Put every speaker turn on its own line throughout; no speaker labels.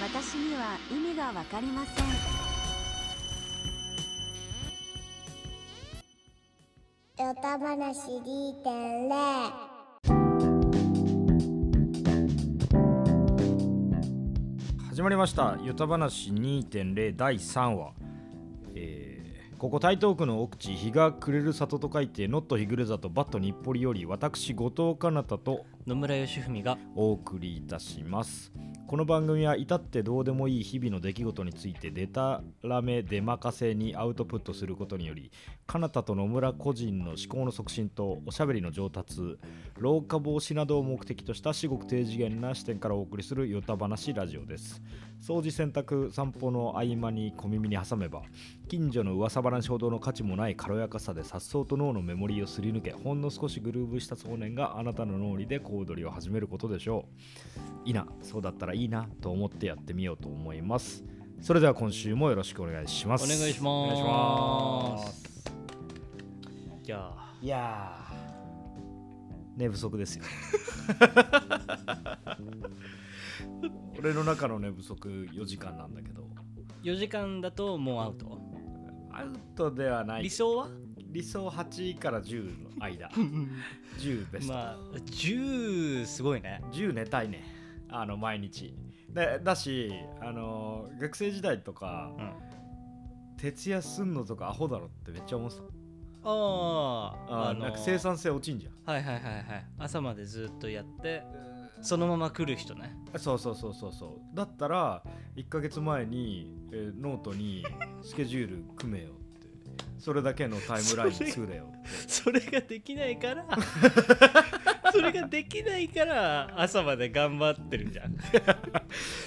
は意味がわかりません
ドタマナシ2.0
始まりました「ヨタ話2.0」第3話、えーここ台東区の奥地日が暮れる里と書いてノット日暮れ里バット日暮里より私後藤かなたと
野村義文が
お送りいたしますこの番組は至ってどうでもいい日々の出来事についてデタラメデマかせにアウトプットすることによりかなたと野村個人の思考の促進とおしゃべりの上達老化防止などを目的とした至極低次元な視点からお送りするヨタ話ラジオです掃除洗濯散歩の合間に小耳に挟めば近所の噂話ほどの価値もない軽やかさで颯爽と脳のメモリーをすり抜けほんの少しグルーブした少年があなたの脳裏で小躍りを始めることでしょういいなそうだったらいいなと思ってやってみようと思いますそれでは今週もよろしくお願いします
お願いし
お願
ます
いします
いやー
いやー寝不足ですよ 俺の中の寝不足4時間なんだけど
4時間だともうアウト、
アウトではない
理想は
理想8から10の間10ベスト、
まあ10すごいね
10寝たいねあの毎日でだしあの学生時代とか、
うん
徹夜すんのとかアホだろってめっちゃ思ってた
あー
あ、
あのー
なんか生産性落ちんじゃん
はいはいはいはい朝までずっとやってそのまま来る人ね
そうそうそうそうそうだったら1ヶ月前に、えーノートにスケジュール組めよってそれだけのタイムライン作れよって
それができないから それができないから朝まで頑張ってるじゃん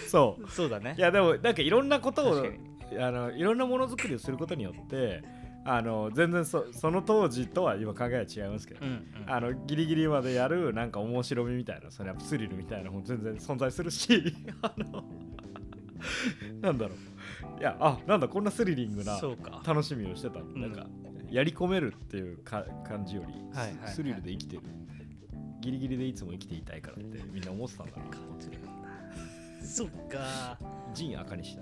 そう
そうだね
いやでもなんかいろんなことを
確か
あのいろんなものづくりをすることによってあの全然そその当時とは今考えは違いますけど、
うん、うん、
あのギリギリまでやるなんか面白みみたいなそれやっぱスリルみたいなもん全然存在するし あのなんだろういやあなんだこんなスリリングな
そうか
楽しみをしてた、
ん
なんかやり込めるっていうか感じより、
はいはいはい
スリルで生きてるギリギリでいつも生きていたいからってみんな思ってたんだな
そっか
ジン赤西 だ。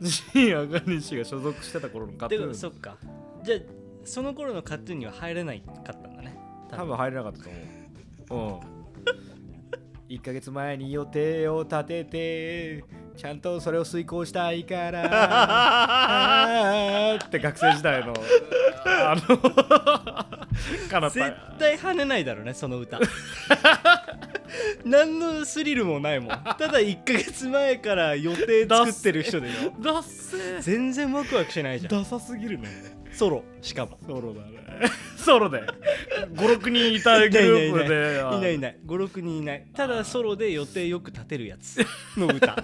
ジン赤西が所属してた頃のカット
で
ゥ
も
ー
そ
ン
っかじゃあその頃のカットゥーンには入れないかったんだね
多分入れなかったと思う。 うん。1ヶ月前に予定を立てて、ちゃんとそれを遂行したいから。 あーって学生時代の、あの、かな
絶
た。
対跳ねないだろうねそ の歌何のスリルもないもんただ1ヶ月前から予定作ってる人でよ
ダッセー
全然ワクワクしないじゃん
ダサすぎるね。
ソロしかも
ソロだね。 ソロで。5、6人いたグループで。
いないいない56人いないただソロで予定よく立てるやつの歌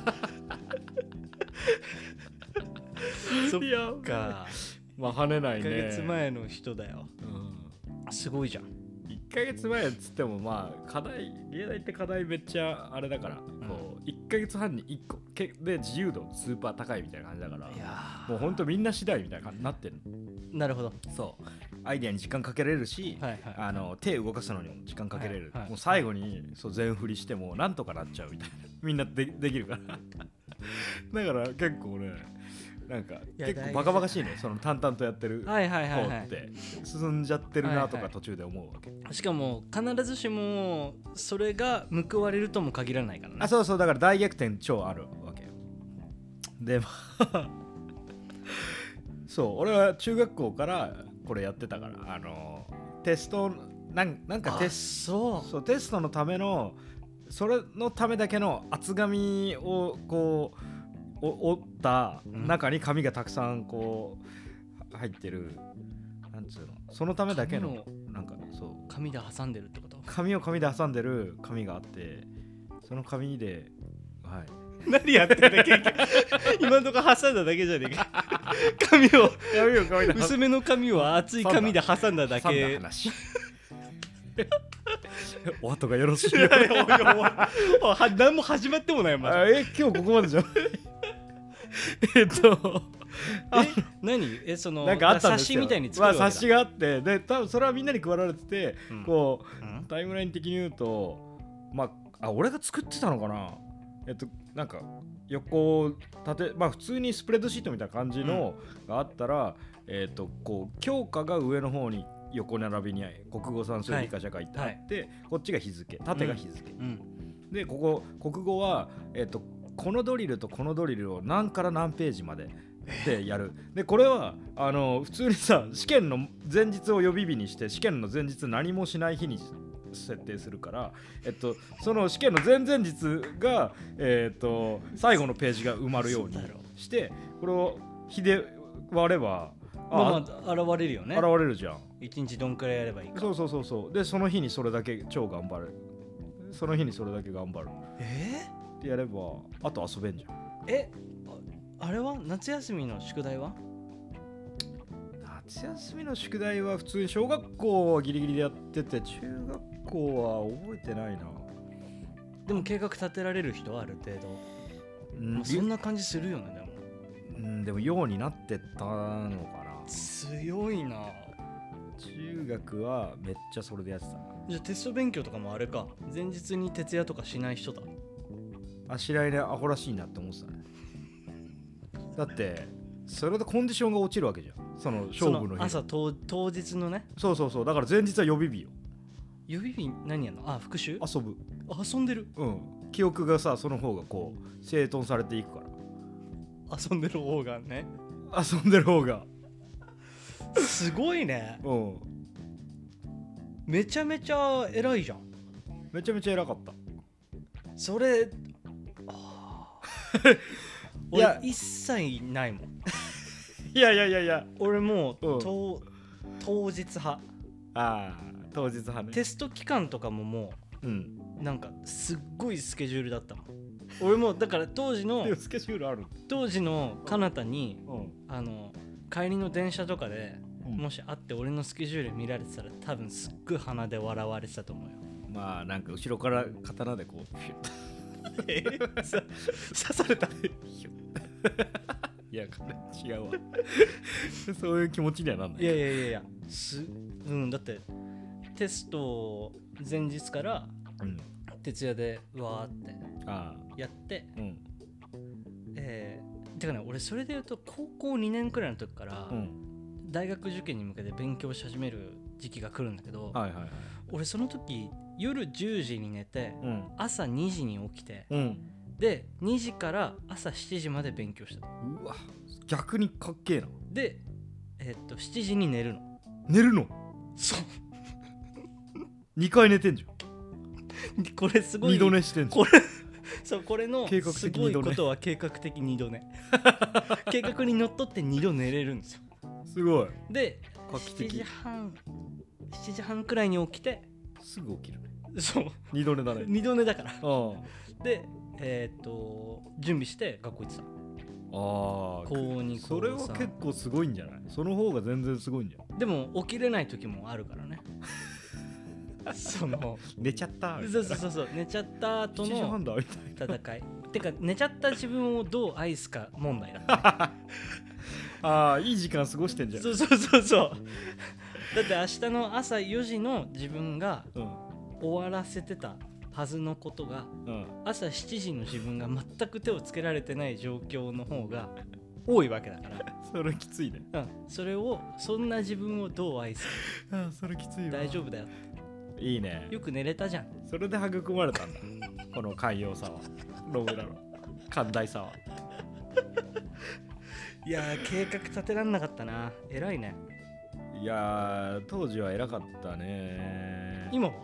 そ
いや
っか
まあ跳ねない
1
ね。
ヶ月前の人だよ
うん
すごいじゃん
1ヶ月前っつってもまあ課題芸大って課題めっちゃあれだから、こう1ヶ月半に1個けで自由度スーパー高いみたいな感じだから
いや
もうほんとみんな次第みたいな感じになってる
ーなるほど
そうアイデアに時間かけれるし、
はいはい
あの手動かすのにも時間かけれる、
はいはい
もう最後にそう全振りしてもなんとかなっちゃうみたいな みんなでできるからだから結構ねなんか
や
結構バカバカしいねその淡々とやってる方っ
はいはい
て、
はいはい
進んじゃってるなと
はい
か
はい
途中で思うわけ、
しかも必ずしもそれが報われるとも限らないからね
あそうそうだから大逆転超あるわけよでまあ そう俺は中学校からこれやってたからあのテストなんなんかテス
そ
そうテストのためのそれのためだけの厚紙をこうお折った
ん
中に紙がたくさんこう入ってるなんつうのそのためだけのなんかそう
紙で挟んでるってこと
紙を紙で挟んでる紙があってその紙ではい
何やってんだ結局 今のところ挟んだだけじゃね えか紙を
紙を紙で
薄めの紙を厚い紙で挟んだ だ
挟んだ
け
話お後がよろしい
い
よ
やいやいやいやは何も始まってもないま だ
あえ今日ここまでじゃんえっとあ
え何えその
なんかあったんで
冊
す
子
よ
みたいに作るわけだ、
まあ冊子があってで多分それはみんなに配られてて、
うん
こう
うん
タイムライン的に言うとまああ俺が作ってたのかなえっとなんか横縦まあ普通にスプレッドシートみたいな感じのがあったら、えっとこう教科が上の方に横並びに国語算数
はい
理科社会ってあって、こっちが日付縦が日付、
うん
でここ国語はえっとこのドリルとこのドリルを何から何ページまででやるでこれはあの普通にさ試験の前日を予備日にして試験の前日何もしない日に設定するから、えっと、その試験の前々日が、えっと最後のページが埋まるように
そうだろ
してこれを日で割ればあ、
まあ、まあ、現れるよね
現れるじゃん
一日どんくらいやればいいか
そうそうそうそうでその日にそれだけ超頑張るその日にそれだけ頑張る
え
ってやればあと遊べんじゃん
ー、えああれは夏休みの宿題は
夏休みの宿題は普通に小学校はギリギリでやってて中学校は覚えてないな
でも計画立てられる人はある程度、
うん
まあ、そんな感じするよねでも
うんでもようになってったのかな
強いな
中学はめっちゃそれでやってたな
じゃあテスト勉強とかもあれか前日に徹夜とかしない人だ
あしらいでアホらしいなって思ってたねだってそれでコンディションが落ちるわけじゃんその勝負の
そ
日
の朝当当日のね
そうそうそうだから前日は予備日よ
予備日何やんのあ復習あ
遊ぶ
遊んでる
うん記憶がさその方がこう整頓されていくから
遊んでる方がね
遊んでる方が
すごいね
うん
めちゃめちゃ偉いじゃん
めちゃめちゃ偉かった
それあー
いや
俺一切ないもん
いやいやいやいや
俺もう
うん
当当日派
ああ当日派ね
テスト期間とかもも
うん
うなんかすっごいスケジュールだったもん俺もうだから当時の
でもスケジュールある
当時の彼方に
うん
あの帰りの電車とかで
うん
もし会って俺のスケジュール見られてたら多分すっごい鼻で笑われてたと思うよ
まあなんか後ろから刀でこうピュッ
えさ刺された
ヒュッ いやこれ違うわ そういう気持ちにはなんない
いやいやいやいやすうんだってテスト前日から
うん
徹夜でわーって
あ
やって
あうん
えー、てかね俺それで言うと高校2年くらいの時から、
うん
大学受験に向けて勉強し始める時期が来るんだけ
は
ど
いはいはい
俺その時夜10時に寝て
うん
朝2時に起きて
うん
で2時から朝7時まで勉強した
うわ逆にかっけえな
で、えーっと7時に寝るの
寝るの
そう
2回寝てんじゃ
これす
ん
ごい
二度寝してんじゃん
こそうこれの
計画的
す
に
ご
二
い
度寝
ことは計画的2度寝 計画にのっとって2度寝れるんですよ
すごい
で
画期的
7時半7時半くらいに起きて
すぐ起きるね
そう
二度寝だね
2度寝だから
ああ
でえーっと準備して学校行ってた
ああ
高二高三
それは結構すごいんじゃないその方が全然すごいんじゃん
でも起きれない時もあるからね その
寝ちゃったみたいな
そうそ うそうそう寝ちゃった後
7時
の
半だみたいな
戦いてか寝ちゃった自分をどう愛すか問題だったね
ああいい時間過ご してんじゃん
そうそうそうそうだって明日の朝4時の自分が
うん
終わらせてたはずのことが
うん
朝7時の自分が全く手をつけられてない状況の方が多いわけだか
それきついね
ら、うん、それをそんな自分をどう愛すか
ああそれきついわ
大丈夫だよ
いいね
よく寝れたじゃん
それで育まれたんだこの寛容さはロブだろ寛大さはい
やー計画立てらんなかったな偉いね
いやー当時は偉かったね
今は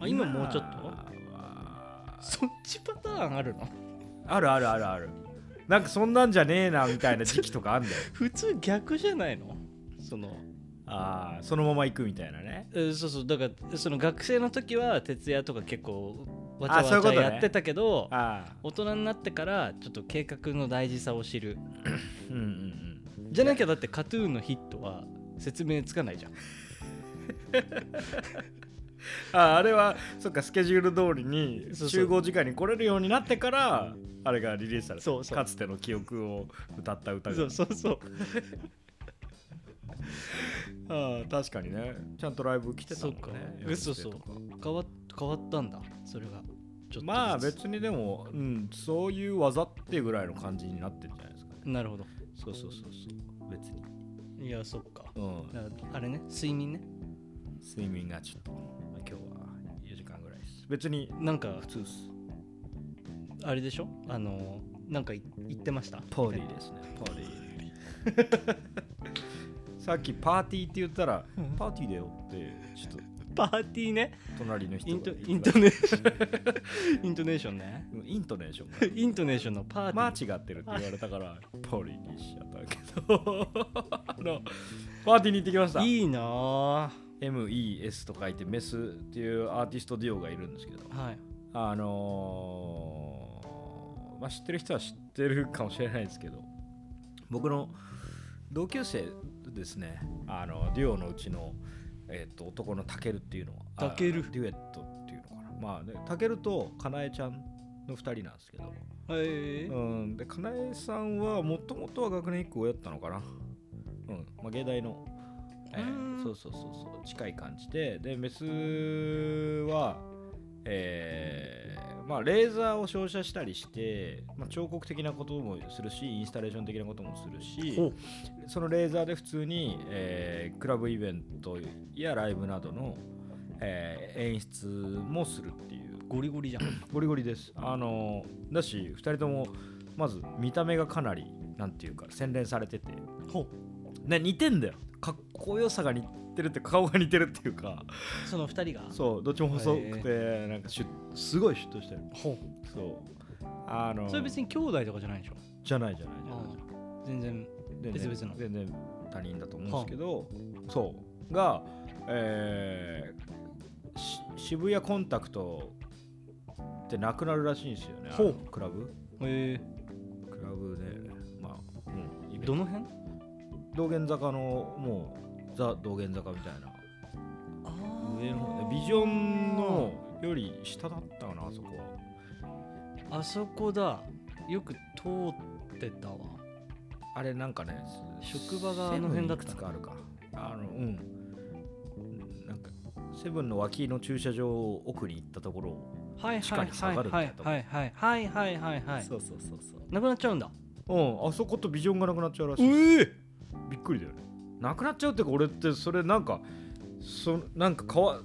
あ今もうちょっと
は
そっちパターンあるの
あるあるあるあるなんかそんなんじゃねえなみたいな時期とかあんだよ
普通逆じゃないのその
ああそのまま行くみたいなね
えーそうそうだからその学生の時は徹夜とか結構わちゃ
あそういう
わち
こ
ゃ
とね
やってたけど、
ああ
大人になってからちょっと計画の大事さを知る
うんうんうん
じゃなきゃだってカトゥーンのヒットは説明つかないじゃん
ああれはそっかスケジュール通りに
そうそう
集合時間に来れるようになってからあれがリリースされた
そうそう
かつての記憶を歌った歌が
そうそうそう
ああ確かにねちゃんとライブ来てたもんね
そうか嘘そう
う
変わ変わったんだそれがちょっとずつ
まあ別にでも、うん、そういう技ってぐらいの感じになってるんじゃないですかね
なるほど
そうそうそうそう別に
いやそっか
うん
だからあれね睡眠ね
睡眠がちょっと、まあ、今日は4時間ぐらいです別に
なんか
普通です
あれでしょあのなんかい言ってました
ポーリーですねポーリーさっきパーティーって言ったら、
うん
パーティーだよってちょっと
パーティーね
隣の人
イント
が
イントネーション イントネーションね
うんイントネーションが
イントネーションのパーティー、
間違ってるって言われたからポリにしちゃったけどあのパーティーに行ってきました
いいなあ
MES と書いてメスっていうアーティストデュオがいるんですけど
はい
あのーまあ、知ってる人は知ってるかもしれないですけど僕の同級生ですねあのデュオのうちの、えっと男のタケルっていうのはあ
タケル
デュエットっていうのかなまあねタケルとかなえちゃんの2人なんですけど
えー
うん、でかなえさんはもともとは学年1個上だったのかな、うんまあ、芸大の、えー
うん
そうそうそうそう近い感じででメスは、えーまあ、レーザーを照射したりして、まあ、彫刻的なこともするしインスタレーション的なこともするし
お
そのレーザーで普通に、えークラブイベントやライブなどの、えー演出もするっていう
ゴリゴリじゃん
ゴリゴリです。あのだし2人ともまず見た目がかなりなんていうか洗練されてて、
ほ
ね、似てんだよかっこよさが似てるって顔が似てるっていうか
その二人が
そうどっちも細くてなんかシュッすごいシュッとしてる
ほ
そうあの
それ別に兄弟とかじゃないでしょ
じゃないじゃないじゃない
全然
全然
別々の
全然他人だと思うんですけどそうが、えーし渋谷コンタクトってなくなるらしいんですよねあの
ほう
クラブ
え
クラブで、まあ、もうイベ
ー、
ント
どの辺
道玄坂のもうザ道玄坂みたいな上の方ビジョンのより下だったかなあそこは
あそこだよく通ってたわ
あれなんかね
職場があの辺だった
セブンいくつかあるかあのうんなんかセブンの脇の駐車場を奥に行ったところを、
はい
地下
はい
に下
はい
がるみた
はいい
なとこ
はいはいはいはいはいはい
そうそうそうそう
なくなっちゃうんだ
うんあそことビジョンがなくなっちゃうらしいびっくりだよねなくなっちゃうってか俺ってそれなんかそなんか変わ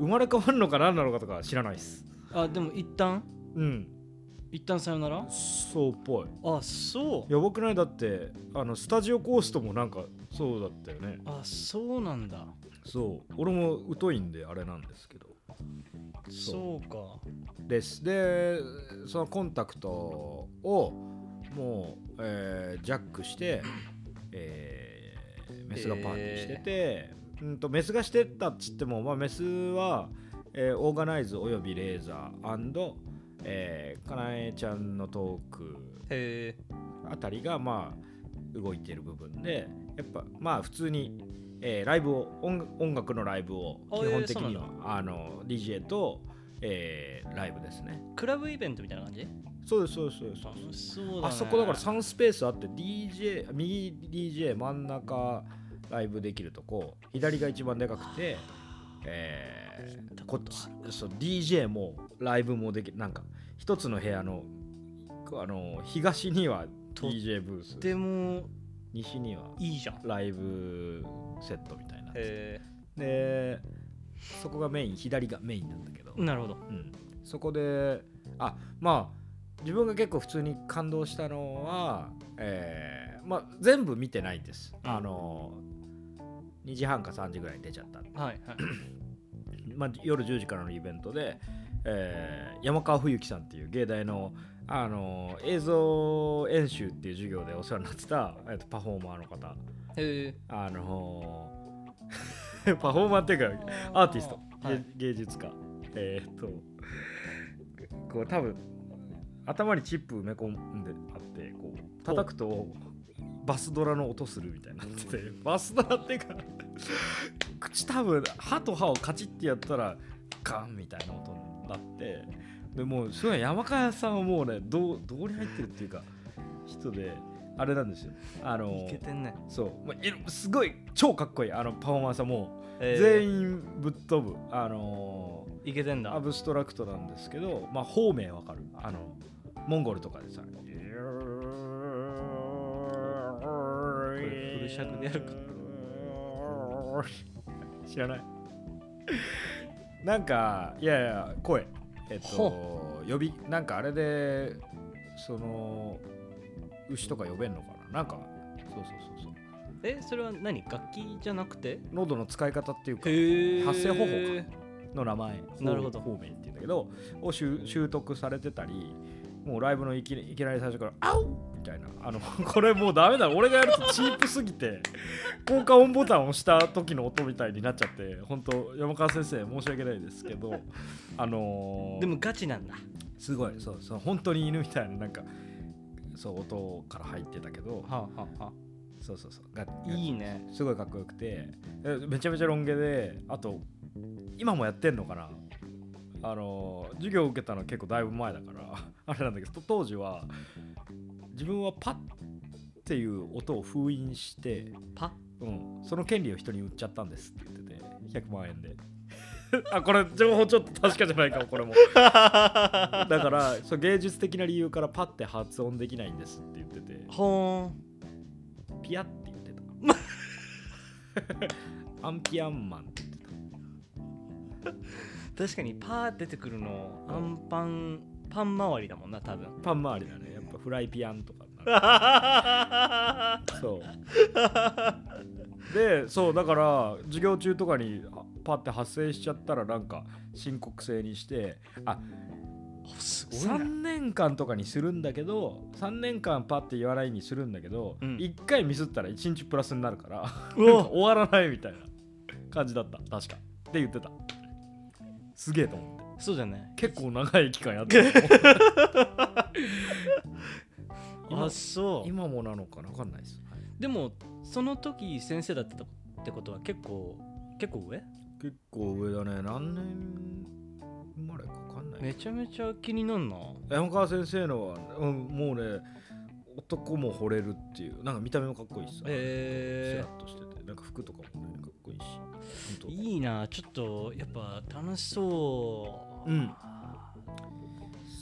生まれ変わるのか何なのかとか知らないっす
あでも一旦
うん
一旦さよなら
そうっぽい
あそう
やばくないだってあのスタジオコーストもなんかそうだったよね
あそうなんだ
そう俺も疎いんであれなんですけど
そうか
ですでそのコンタクトをもう、えージャックして、えーメスがパーティーしてて、うんとメスがしてたっつっても、まあ、メスは、えーオーガナイズおよびレーザー、えー、かなえちゃんのトーク
へえ
あたりがまあ動いてる部分でやっぱまあ普通に、えーライブを音音楽のライブを
あ
基本的に
えー
は
そ
あの DJ と、えーライブですね
クラブイベントみたいな感じ
そうですそうですそうですそうです
楽しそうだ、ね、
あそこだから3スペースあって DJ 右 DJ 真ん中ライブできるとこ左が一番でかくてえーこっちそう DJ もライブもできるなんか一つの部屋のあの東には DJ ブース
でも
西にはい
いじゃんへ
ライブセットみたいな
え
でそこがメイン左がメインなんだけど、
なるほど
うんそこであまあ自分が結構普通に感動したのは、えーまあ、全部見てないんです、
うん
あの2時半か3時ぐらいに出ちゃったんで、
はいはい
まあ、夜10時からのイベントで、えー山川冬樹さんっていう芸大のあの映像演習っていう授業でお世話になってた、えっとパフォーマーの方
へえ
あのー パフォーマーっていうかアーティスト、
はい
芸芸術家えーっとこう多分頭にチップ埋め込んであってこう叩くとバスドラの音するみたいになっててバスドラっていうか 口多分歯と歯をカチッてやったらガンみたいな音になってでもうすごい山川さんはもうねどうどうに入ってるっていうか人であれなんですよあのー
いけてんね
そう、まあいろ、すごい超かっこいいあのパフォーマンスはもう
えー
全員ぶっ飛ぶあのー
いけてんだ
アブストラクトなんですけど、まあ、方名わかるあのモンゴルとかでさ
れフル尺でやるか
知らないなんかいやいや声えっと呼びなんかあれでその牛とか呼べんのかななんかそうそうそうそう
えそれは何楽器じゃなくて
喉の使い方っていうか
へ
発声方法の名前
なるほど
方面っていうんだけどを習習得されてたりもうライブのいきいきなり最初から「あお!」みたいなあの これもうダメだ俺がやるとチープすぎて効果音ボタンを押した時の音みたいになっちゃって本当山川先生申し訳ないですけ どあのー
でもガチなんだ
すごいそうそう本当に犬みたいななんかそう音から入ってたけど
はあはあは
そうそうそうが
あいいね
すごいかっこよくてえめちゃめちゃロン毛であと今もやってんのかなあの授業受けたの結構だいぶ前だから あれなんだけどと当時は自分はパッっていう音を封印して、
パ
うん、その権利を人に売っちゃったんですって言ってて100万円で あこれ情報ちょっと確かじゃないかもこれもだからそう芸術的な理由からパッて発音できないんですって言ってて
ほーん
ピアって言ってた。 アンピアンマンって言って
確かにパー出てくるのアンパンパン周りだもんな多分
た。パン周りだね。やっぱフライピアンとかになる。
あ
そう。で、そうだから授業中とかにあパって発生しちゃったらなんか申告制にして、あ、
すごいな
3年間とかにするんだけど、3年間パって言わないにするんだけど、
うん
1回ミスったら1日プラスになるから、 な
う
んか
わ
終わらないみたいな感じだった。確か。って言ってた。すげえと思って。
そうじゃない
結構長い期間やってた 今
あそう
今もなのかなわかんないです、
でもその時先生だったってことは結構結構上
結構上だね何年生まれかわかんない、
めちゃめちゃ気になるな
山川先生のは、うん、もうね男も惚れるっていうなんか見た目もかっこいいしさス
え
ラッとしててなんか服とかもねかっこいいし
ー、
ほんと
いいなちょっとやっぱ楽しそう
うん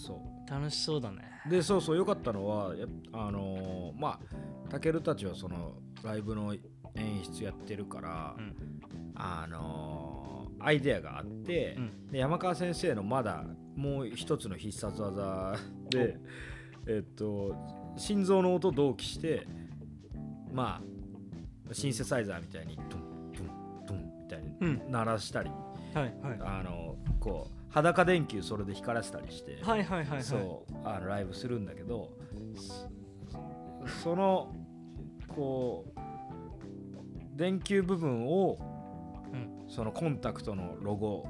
そう
楽しそうだね
でそうそう良かったのはやっあのーまあたけるたちはそのライブの演出やってるから、
うん
あのーアイデアがあって、
うん
で山川先生のまだもう一つの必殺技でえっと心臓の音同期してまあシンセサイザーみたいにトントントンみたいに
うん
鳴らしたり、
はいはい
あのこう裸電球それで光らせたりして。
はいはいはいはい
そうあのライブするんだけどそそのこう電球部分を
うん
そのコンタクトのロゴ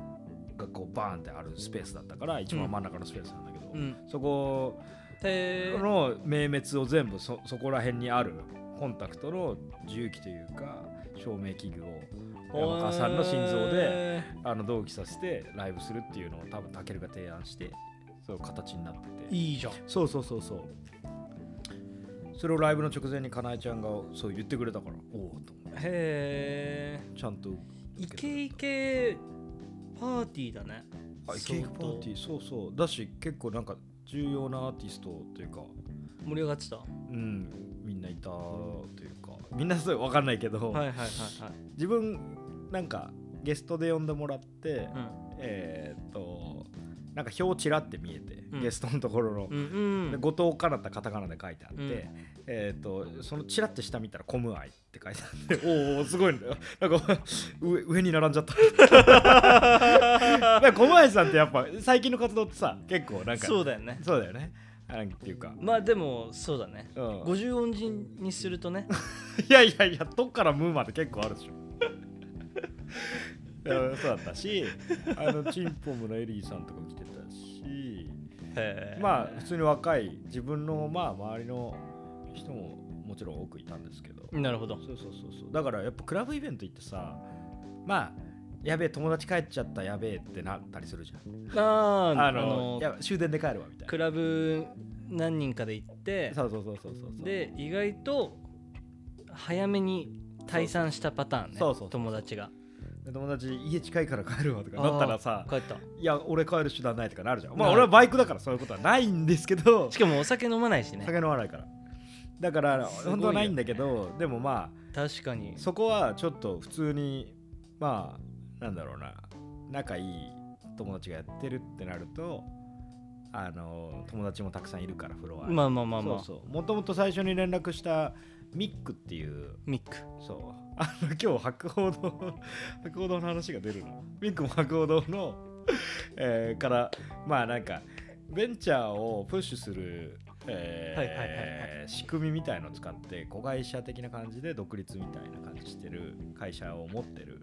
がこうバーンってあるスペースだったから一番真ん中のスペースなんだけど、
うん
そこ
へー
の明滅を全部そそこら辺にあるコンタクトの重機というか照明器具を山川さんの心臓で
へ
あの同期させてライブするっていうのを多分たけるが提案してそう形になってて
ーいいじゃん
そうそうそうそうそれをライブの直前にかなえちゃんがそう言ってくれたからおおと思って
へ
ちゃんと
えイケイケパーティーだね
あイケイケパーティーそうそうだし結構なんか重要なアーティストというか
ー盛り上がってたは
うんみんないたというかみんなそうわかんないけど、
いはいはいはい
自分なんかゲストで呼んでもらって、えーっとなんか表ちらって見えて、
うん
ゲストのところの、
うんうんう
で
ん
後藤かなたカタカナで書いてあって、
うん
えっ、とそのチラッと下見たら「コムアイ」って書いてあ っておーおーすごいねなんか上上に並んじゃったなんかコムアイさんってやっぱ最近の活動ってさ結構なんか
そうだよね
そうだよねなんていうか、
まあでもそうだね
うん
50音順にするとね
いやいやいやどっからムーまで結構あるでしょ いやそうだったしあのチンポムのエリーさんとか来てたし
へー
まあ普通に若い自分のまあ周りの人ももちろん多くいたんですけど、
なるほど
そうそうそうそうだからやっぱクラブイベント行ってさまあやべえ友達帰っちゃったやべえってなったりするじゃん
あー
あ
あの
のいや終電で帰るわみたい
クラブ何人かで行って
なそうそうそうそうそうそう
で意外と早めに退散したパターンね
そうそうそうそう
友達が
友達家近いから帰るわとかなったらさ
あー帰った
いや俺帰る手段ないとかなるじゃんまあ
ない
俺はバイクだからそういうことはないんですけど
しかもお酒飲まないしね
酒飲まないからだから
すごいよ
本当はないんだけどでもま
確かに
あそこはちょっと普通にまあなんだろうな仲いい友達がやってるってなるとあの友達もたくさんいるからフロアに
まあまあまあまあ
そうそうもともと最初に連絡したミックっていう
ミック
そうあの今日博報堂 博報堂の話が出るなミックも博報堂の、 えーからまあなんかベンチャーをプッシュする、えー
はいはいはい
仕組みみたいのを使って子会社的な感じで独立みたいな感じしてる会社を持ってる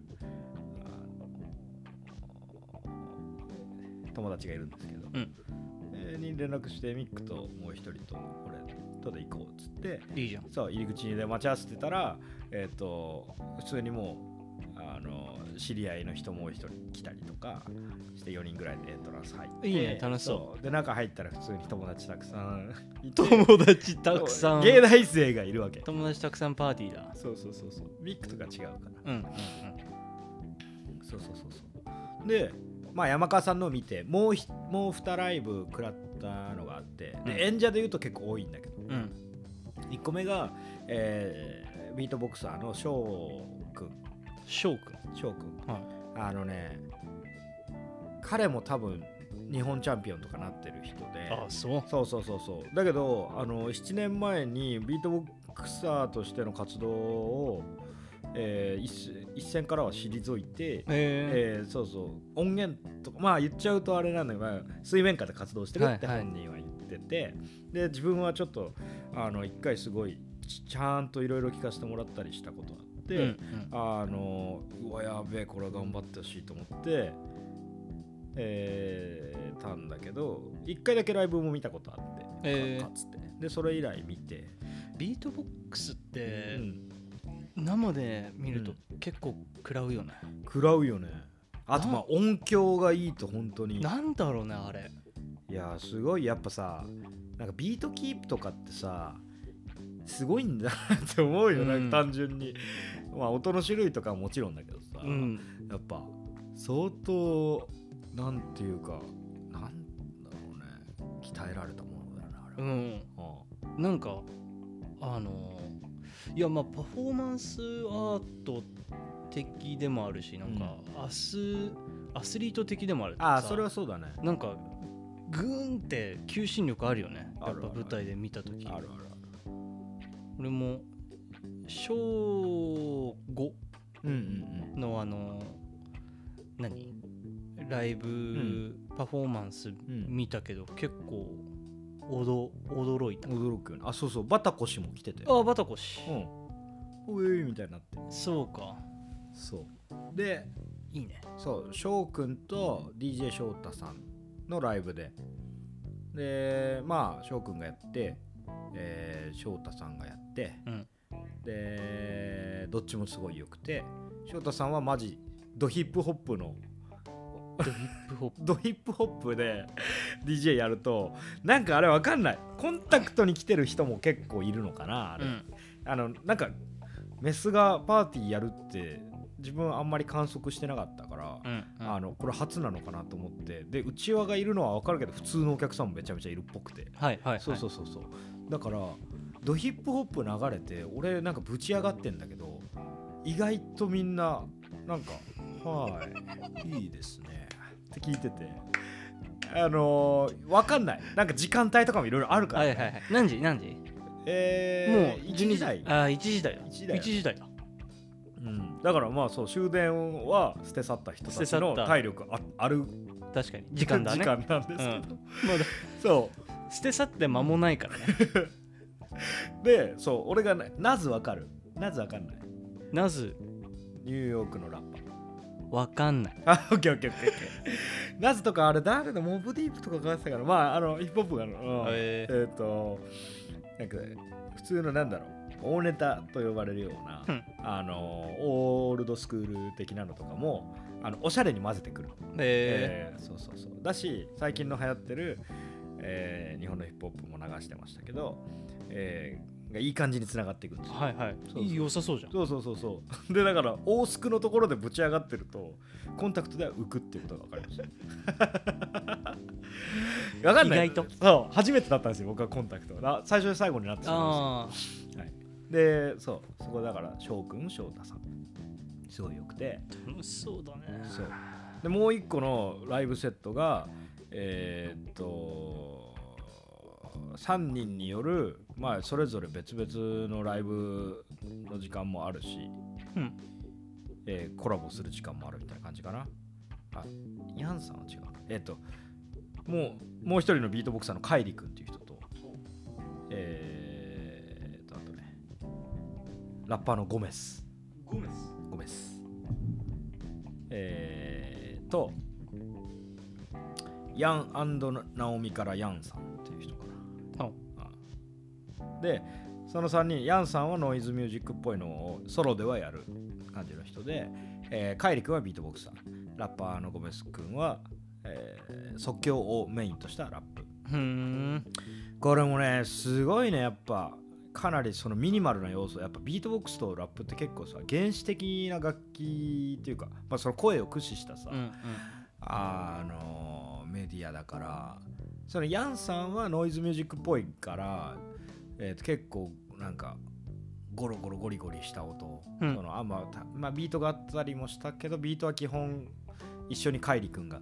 あの友達がいるんですけど、
うん
えーに連絡してミックともう一人と俺とで行こうっつって
いいじゃん
そう入り口で待ち合わせてたら、えっと普通にもうあの知り合いの人もう一人来たりとかして4人ぐらいでエントランス入って
いいね楽しそう
うで中入ったら普通に友達たくさんいて
友達たくさん
芸大生がいるわけ
友達たくさんパーティーだ
そうそうそうそうミックとか違うから
うんうん
そうそうそうそうでまあ山川さんのを見てもうひもう2ライブ食らったのがあって
うん
で演者で言うと結構多いんだけど、
うんうん
1個目が、えービートボクサーの翔くん
翔くん
翔くん
はい
あのね彼も多分日本チャンピオンとかなってる人で
あそう
そうそうそうそうだけどあの7年前にビートボクサーとしての活動を、えー一一線からは退いて、
え
えーそうそう音源とかまあ言っちゃうとあれなんだけど、まあ、水面下で活動してるって
はいはい
本人は言ってて、で自分はちょっとあの一回すごいちちゃんといろいろ聞かせてもらったりしたことあって、
ーうん
あのうわやべえこれは頑張ってほしいと思ってえーたんだけど一回だけライブも見たことあって、
えー
かかつてでそれ以来見て、
うんビートボックスって
うん
生で見ると
う
結構食らうよね
食らうよねあとまあ音響がいいと本当にい
なんだろうねあれ
やすごいやっぱさなんかビートキープとかってさすごいんだなって思うよ、
うん
なんか単純にまあ音の種類とかはもちろんだけどさ、
うん
やっぱ相当なんていうかなんだろうね鍛えられたものだよねあ
う
れは、
んなんかあのーいやまあパフォーマンスアート的でもあるしなんか、アスアスリート的でもあるって
ああ
さ
それはそうだね
なんかグーンって求心力あるよね
あ
や
る
っ
あ
ぱ
る
舞台で見た時
あるある
俺も小5
うんうん
のあの何ライブ
ん
パフォーマンス見たけど、結構おど驚いた、
驚くよねあそうそうバタコ氏も来てて
ああバタコ氏、
うんうえみたいになって
そうか
そうで
いいね
そう翔くんと DJ 翔太さんのライブででまあ翔くんがやって、えー、翔太さんがやって、
うん
でどっちもすごい良くて翔太さんはマジドヒップホップの
ドヒップホップ
ドヒップホップで DJ やるとなんかあれわかんないコンタクトに来てる人も結構いるのかなあれ、あのなんかメスがパーティーやるって自分あんまり観測してなかったから、あ
あ
のこれ初なのかなと思ってでうちわがいるのはわかるけど普通のお客さんもめちゃめちゃいるっぽくて
はいはいはい
そうそうそうそうだからドヒップホップ流れて俺なんかぶち上がってんだけど意外とみんななんか「はいいいですね」って聞いててあのー、わかんないなんか時間帯とかもいろいろあるから、
はいはいはい何時何時、
えー、
もう
1時台
ああ1時台だ
1時台だ
1時台だ
うん、だからまあそう終電は捨て去った人たちの
捨て去った
体力あある
確かに時間だね
時間なんですけど、
ま
そう
だ捨て去って間もないからね
でそう俺がねなぜわかるなぜわかんない
なぜ
ニューヨークのラッパー
わかんない
あ、オッケーオッケーオッケーオッケー。 ナズとかあれ誰だモブディープとかがってたから、まあ、あの、ヒップホップがあるの。うん
へ
えっ、
ー
と、なんか、普通のなんだろう、大ネタと呼ばれるような、
うん
あの、オールドスクール的なのとかも、あのおしゃれに混ぜてくる。
え
えーそうそうそう。だし、最近の流行ってる、えー日本のヒップホップも流してましたけど、えーがいい感じにつながっていくんですよ
はいはい
そうそう
いい良さそうじゃん
そうそうそうそう でだから大すくのところでぶち上がってるとコンタクトでは浮くっていうことが分かりま したわかんない
意外と
そう初めてだったんですよ僕はコンタクトな最初で最後になってしま
ああ
うんですよはい、でそうそこだから翔くん翔太さんすごいよくて
楽しそうだね
そうでもう一個のライブセットがえーっと3人による、まあ、それぞれ別々のライブの時間もあるし
うん
えーコラボする時間もあるみたいな感じかな。あヤンさんは違うな。えっ、と、もう、もう一人のビートボクサーのカイリ君っていう人と、えーっと、あとね、ラッパーのゴメス。
ゴメス
ゴメス。えー、と、ヤンナオミからヤンさんっていう人かな。
あ
でその3人ヤンさんはノイズミュージックっぽいのをソロではやる感じの人で、えーカイリ君はビートボクサーラッパーのゴメス君は、えー即興をメインとしたラップ
ふーん
これもねすごいねやっぱかなりそのミニマルな要素やっぱビートボックスとラップって結構さ原始的な楽器っていうか、まあ、その声を駆使したさ、
うんうん
あのメディアだからそのヤンさんはノイズミュージックっぽいから、えーと結構なんかゴロゴロゴリゴリした音、
うん
そのあんまたまあ、ビートがあったりもしたけどビートは基本一緒にカイリ君が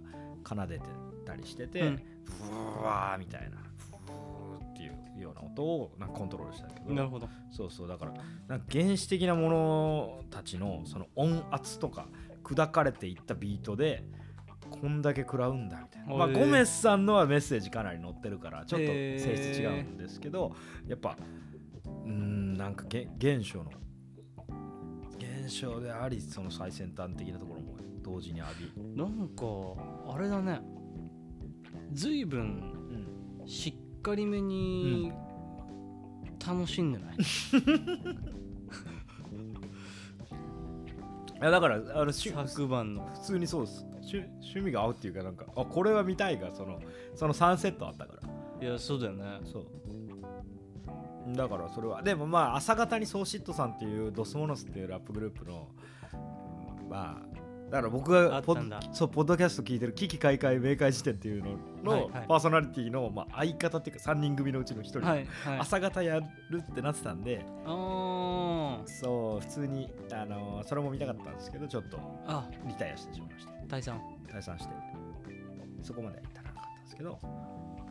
奏でてたりしてて、
うん
ふわーみたいなふーっていうような音をなんかコントロールしたけど
なるほど
そうそうだからなんか原始的なものたちのその音圧とか砕かれていったビートでこんだけ食らうんだみたいな、まあ、
へー
ゴメスさんのはメッセージかなり載ってるからちょっと
へー
性質違うんですけど、やっぱうーんなんかげ現象の現象でありその最先端的なところも同時に浴び、
なんかあれだね随分しっかりめに楽しんでない、
いやだからあのし
昨晩の
普通にそうです趣趣味が合うっていうかなんかあこれは見たいがそのその3セットあったから
いやそうだよね
そうだからそれはでもまあ朝方にソーシットさんっていうドスモノスっていうラップグループのうんまあだから僕
あ
が
っ
ポ
た
ッ
んだ
そうポッドキャスト聞いてる「危機開会明快時点」っていうのの
はいはい
パーソナリティのまあ相方っていうか3人組のうちの1人、
はいはい
朝方やるってなってたんで
あ
そう普通に、あのーそれも見たかったんですけどちょっと
ーあ
リタイアしてしまいました
大さん
解散してそこまでは至らなかったんですけど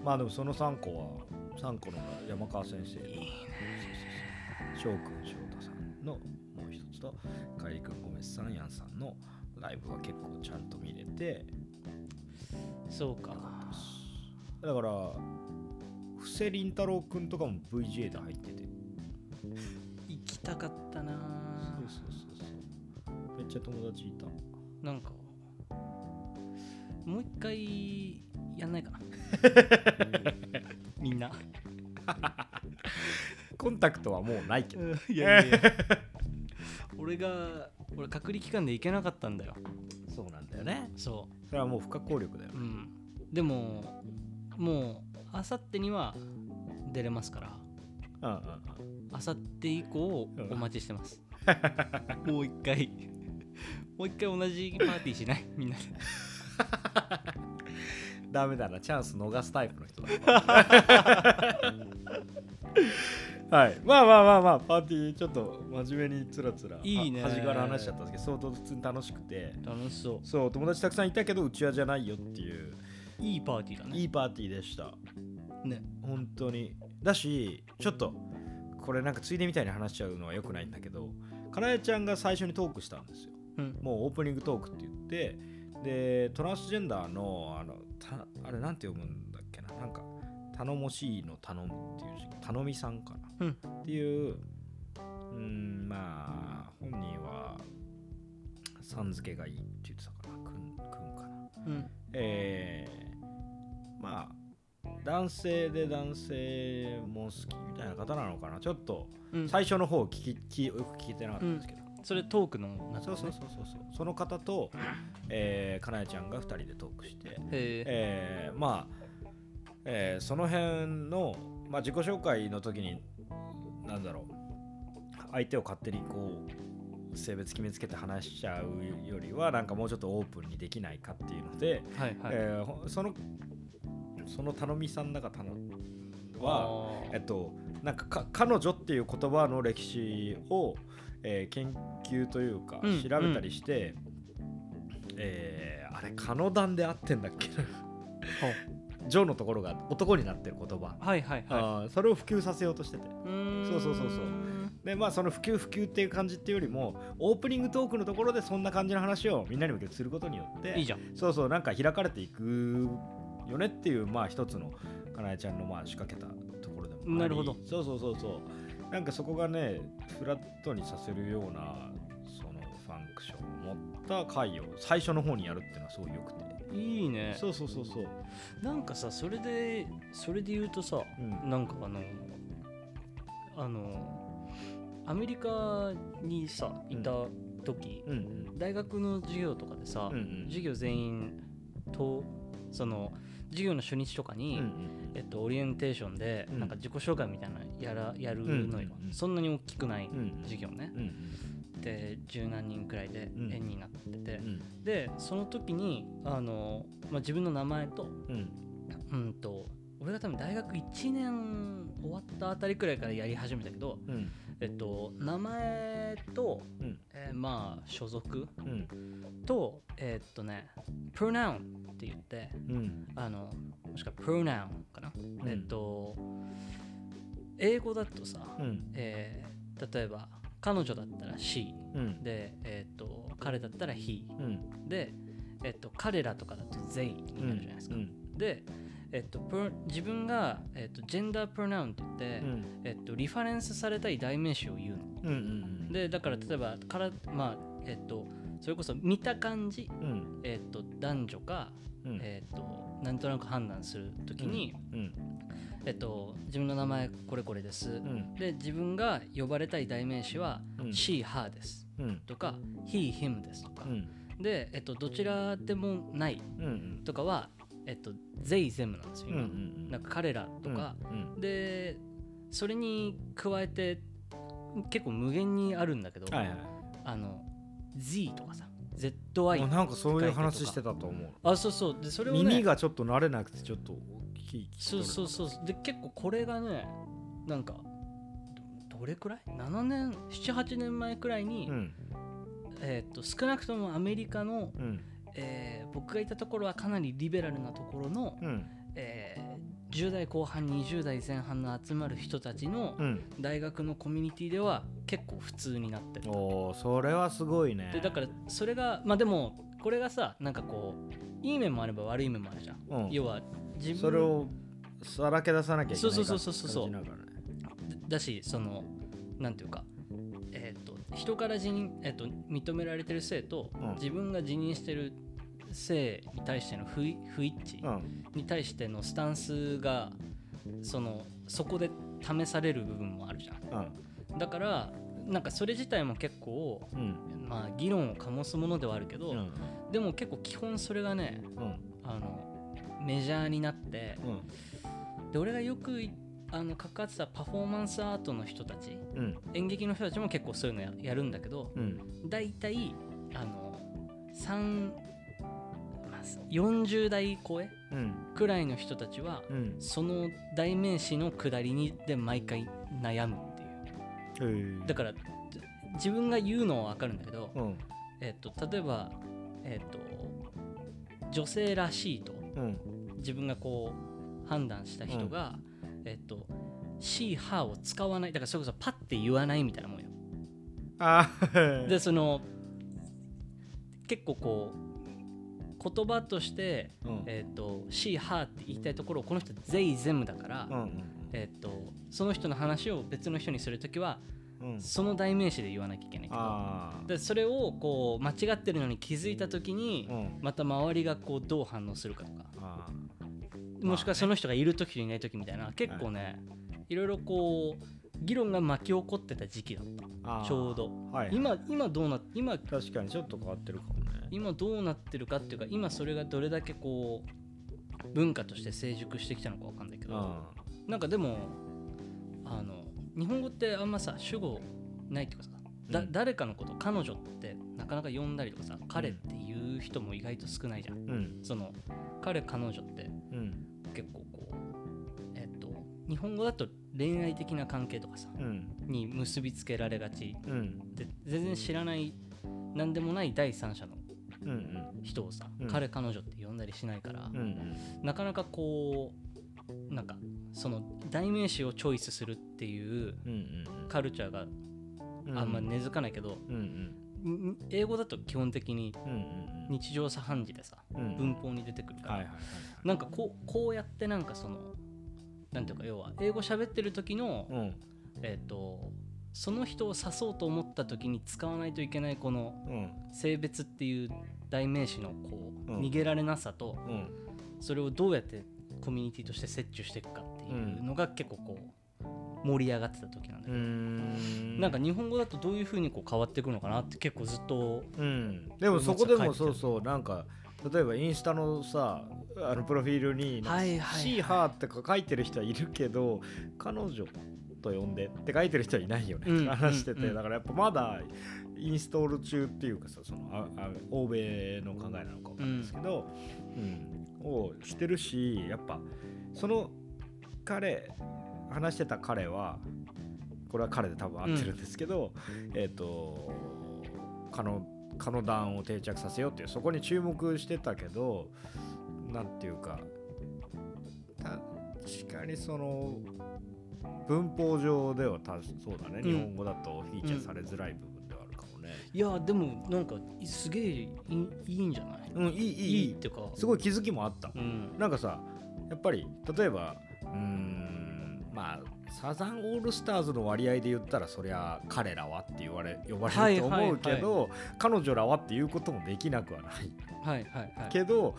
まあでもその3個は3個の山川先生のそうそうそう翔くん翔太さんのもう一つと海くんごめさんやんさんのライブは結構ちゃんと見れて
そうか
だから布施凛太郎くんとかも VGA で入ってて
行きたかったな
そうそうそうそうめっちゃ友達いた
なんかもう一回やんないか なみんな
コンタクトはもうないけど
いやいや俺が俺隔離期間で行けなかったんだよ
そうなんだよね
そ
それはもう不可抗力だよ
ううんでももうあさってには出れますから
うんうんうん
あさって以降
うん
お待ちしてます、もう一回もう一回同じパーティーし ないみんなで
ダメだなチャンス逃すタイプの人だ はいまあまあまあまあパーティーちょっと真面目につらつら
いいね
は端から話しちゃったんですけど相当普通に楽しくて
楽しそ
そう友達たくさんいたけどうちわじゃないよっていう
ういいパーティーだね
いいパーティーでした
ね
本当にだしちょっとこれなんかついでみたいに話しちゃうのはよくないんだけどかなえちゃんが最初にトークしたんですよ
うん
もうオープニングトークって言ってでトランスジェンダーのあのたあれなんて読むんだっけななんか頼もしいの頼むっていう字頼みさんかな、
うん
っていううんまあ本人はさん付けがいいって言ってたかなくんくんかな
うん
えーまあ男性で男性も好きみたいな方なのかなちょっと
うん
最初の方聞き聞きよく聞いてなかったんですけど、
それトークの中
そうそうそうそうそうその方と、えー、かなえちゃんが2人でトークして、
へえ
えーまあ、えーその辺の、まあ、自己紹介の時にななんだろう相手を勝手にこう性別決めつけて話しちゃうよりはなんかもうちょっとオープンにできないかっていうので、
はいはい、
えーほそのその頼みさんだか頼は
あー
えっとなんかか彼女っていう言葉の歴史を、えー研究というか
うん
調べたりして、えーあれカノダンで合ってんだっけな
ほ
ジョーのところが男になってる言葉、
はいはいはい
あーそれを普及させようとしてて
うーん
そうそうそうそうでまあその普及普及っていう感じっていうよりもオープニングトークのところでそんな感じの話をみんなに向けてすることによって
いいじゃん
そうそうなんか開かれていくよねっていうまあ一つのかなえちゃんのまあ仕掛けたところでもあり
なるほど
そうそうそうそうなんかそこがねフラットにさせるようなそのファンクションを持った回を最初の方にやるっていうのはすごい良くて、
いいね
そうそうそうそう
なんかさそれでそれで言うとさ、
うん
なんかあのあのアメリカにさいた時、
うんうん
大学の授業とかでさ、
うんうん
授業全員とその授業の初日とか
うん
に、えっと、オリエンテーションで、
うん
なんか自己紹介みたいなのやらやるの
う
よ、
んうんうん
そんなに大きくない
うん
授業ね
うんう、ん
で十何人くらいで
うん
円になってて、
うん
でその時にあの、まあ、自分の名前と
うん
うんと俺が多分大学1年終わったあたりくらいからやり始めたけど、
うん
えっと、名前と、
うん
えーまあ所属
うん
とえーっとねプロナウンって言って
うん
あのもしくはプロナウンかな、
うん
えっと英語だとさ、
うん
えー例えば彼女だったら she
うん
で、えーっと彼だったら he
うん
で、えっと彼らとかだと they になるじゃないですか、
うん
で、えっと、プロ自分が、えっと、ジェンダープロナウンって言って、
うん
えっと、リファレンスされたい代名詞を言うの。
うんうん
でだから例えばから、まあえっと、それこそ見た感じ、
うん
えっと、男女か、
うん
えっと、なんとなく判断するときに、
うん
えっと、自分の名前これこれです、
うん
で自分が呼ばれたい代名詞は「
うん
she」「her」です
うん
とか「he」「him」ですとか、
うん
で、えっと、どちらでもない
うん
とかは「えっと、they」「them」なんですよ、
うんう
今
ん
なんか彼らとか、
うん
でそれに加えて結構無限にあるんだけど、
はいはい
あの Z とかさ
もう
ZY
なんかそういう話してたと思う
あそうそうでそれを、ね、
耳がちょっと慣れなくてちょっと聞き
そうそうそうで結構これがねなんかどどれくらい7年78年前くらいに、
うん
えーっと少なくともアメリカの、
うん
えー僕がいたところはかなりリベラルなところの、
うん
えー10代後半20代前半の集まる人たちの、
うん
大学のコミュニティでは結構普通になってる
おーそれはすごいね
でだからそれがまあでもこれがさなんかこういい面もあれば悪い面もあるじゃん、
うん
要は自分
それをさらけ出さなきゃいけない
そうそうそうそうそう
感じながらね
だしそのなんていうかえっ、と人から辞任、えー、と認められてる性と、
うん
自分が辞任してる性に対しての不い不一致
うん
に対してのスタンスがそのそこで試される部分もあるじゃ
うん
んだからなんかそれ自体も結構
うん
まあ議論を醸すものではあるけど、
うん
でも結構基本それがね
うん
あのメジャーになって
うん
で俺がよくいあの関わってたパフォーマンスアートの人たち
うん
演劇の人たちも結構そういうのややるんだけど
うん
大体あの3、まあ、40代超え
うん
くらいの人たちは
うん
その代名詞の下りにで毎回悩むっていう
へー
だから自分が言うのは分かるんだけど、
うん
えっと例えば、えっと女性らしいと
うん
自分がこう判断した人が、えっと「she」「her」を使わないだからそれこそパッて言わないみたいなもんよ。
あ
でその結構こう言葉として
うん
「えっと she」「her」って言いたいところをこの人「they」「them」だから、
うん
えっとその人の話を別の人にするときは
うんうん
その代名詞で言わなきゃいけないけど。
ああ
でそれをこう間違ってるのに気づいた時に、
うん
また周りがこうどう反応するかとか
あ
もしくはその人がいる時といない時みたいな結構ね、い、ろいろこう議論が巻き起こってた時期だった
ーあー
ちょうど
はいはい
今今どうな今
確かにちょっと変わってるかもね
今どうなってるかっていうか今それがどれだけこう文化として成熟してきたのかわかんないけど
あ
なんかでもあの日本語ってあんまさ主語ないっていうかさだ、
うん
誰かのこと彼女ってなかなか呼んだりとかさ彼っていう人も意外と少ないじゃん、
うん
その彼彼女って
うん
結構こうえっと日本語だと恋愛的な関係とかさ
うん
に結びつけられがち
うんうん
で全然知らない何でもない第三者の
うんうん
人をさ、
うん
彼彼女って呼んだりしないから、
うん
なかなかこうなんかその代名詞をチョイスするっていう
うん
カルチャーが
うん
あんま根付かないけど、
うんうん
ん英語だと基本的に
うんうんうん
日常茶飯事でさ
うん
文法に出てくるから、
はいはいはい
なんかこうこうやってなんかそのなんていうか要は英語喋ってる時の、
はい
えっ、とその人を指そうと思った時に使わないといけないこの
うんうん
性別っていう代名詞のこう、
うん
逃げられなさと
うん
それをどうやってコミュニティとして接種していくかっていうのが結構こう盛り上がってた時なんだけ
う
ど、
ん
なんか日本語だとどういうふうにこう変わってくるのかなって結構ずっと
うんでもそこで
書い
も
てた
そうそうなんか例えばインスタのさあのプロフィールになんか
はいは
「
いはい
シーハー」ってか書いてる人はいるけど彼女と呼んでって書いてる人はいないよね、
うん
って話してて、
うんうん
だからやっぱまだインストール中っていうかさそのああ欧米の考えなのかわかんないですけど、うんをしてるしやっぱその彼話してた彼はこれは彼で多分合ってるんですけど、えっ、とカノカノダンを定着させようっていうそこに注目してたけどなんていうか確かにその文法上ではたそうだね、
ん
日本語だとフィーチャーされづらい部分ではあるかもね。
いやでもなんかすげえいいいいんじゃない
うん、いいい
い
いい
い
い
っていうか
すごい気づきもあった。
うん
なんかさやっぱり例えばうーんまあサザンオールスターズの割合で言ったらそりゃ彼らはって言われ呼ば
は
れ
い
ると
はい
思
は
う
い
けど、彼女らはっていうこともできなくはない
はいはいはい
けど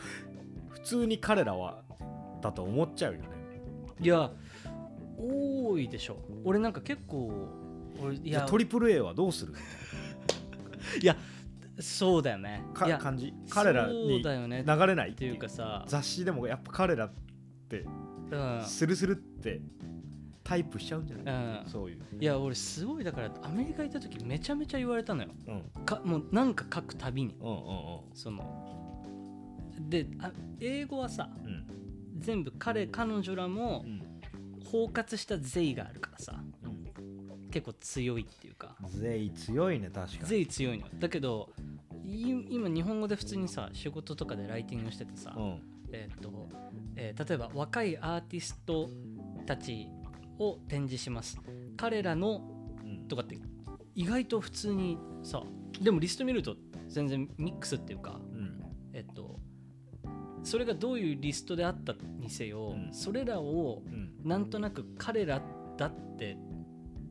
普通に彼らはだと思っちゃうよね。
いや多いでしょ俺なんか結構俺い
いや
や
トリプル A はどうする
そうだよねい
か
や
感じ彼ら
そう
に
だよねっ
流れないっててい
いううかさ、
雑誌でもやっぱ彼らって
うん
スルスルってタイプしちゃうんじゃない、
うん
そういう。
いや俺すごいだからアメリカ行った時めちゃめちゃ言われたのよ
うんうん
かもうなんか書くたびに
うん
そのであ英語はさ
うんうん
全部彼彼女らも
うん
包括した税があるからさ
うん
結構強いっていうか
ゼイ強いね確かに。
税強いのよだけどい今日本語で普通にさ仕事とかでライティングしててさ、
うん
えーっとえー例えば若いアーティストたちを展示します彼らの
うん
とかって意外と普通にさでもリスト見ると全然ミックスっていうか
うん
えっとそれがどういうリストであったにせよ、
うん
それらを
うん
なんとなく彼らだって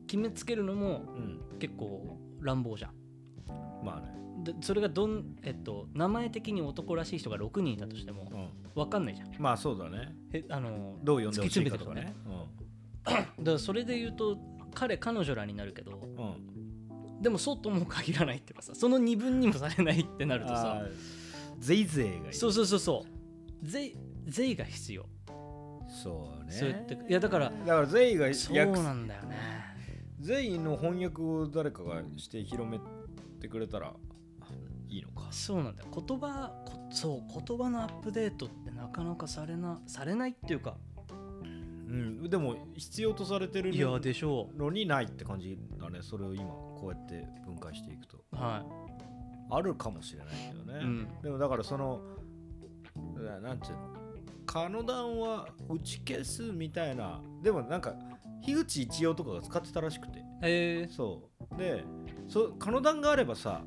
決めつけるのも
うん
結構乱暴じゃん。
まあね。
でそれがどん、えっと、名前的に男らしい人が6人いたとしても
うん
分かんないじゃん。
まあそうだね。
えあの
どう呼んでほしい
突き詰めて
か
る
と
と
かね
ね。だからそれで言うと彼彼女らになるけど
うんうん
でもそうとも限らないっていうかさその二分にもされないってなると
あ
さ
ーゼイゼイがいい。
そうそうそうそう税税が必要
そうね。
そうやっていやだか
だ
ら
からゼイが訳す
そうなんだよね
ゼイの翻訳を誰かがして広めてくれたらいいのか。
そうなんだよ言葉こそう言葉のアップデートってなかなかされなされないっていうか
うんでも必要とされてる
いやでしょ
のにないって感じだね。それを今こうやって分解していくと。
うは
あるかもしれないけどね、
うん
でもだからそのななんていうのカノダンは打ち消すみたいなでもなんか樋口一葉とかが使ってたらしくて
いえ
そうでそカノダンがあればさ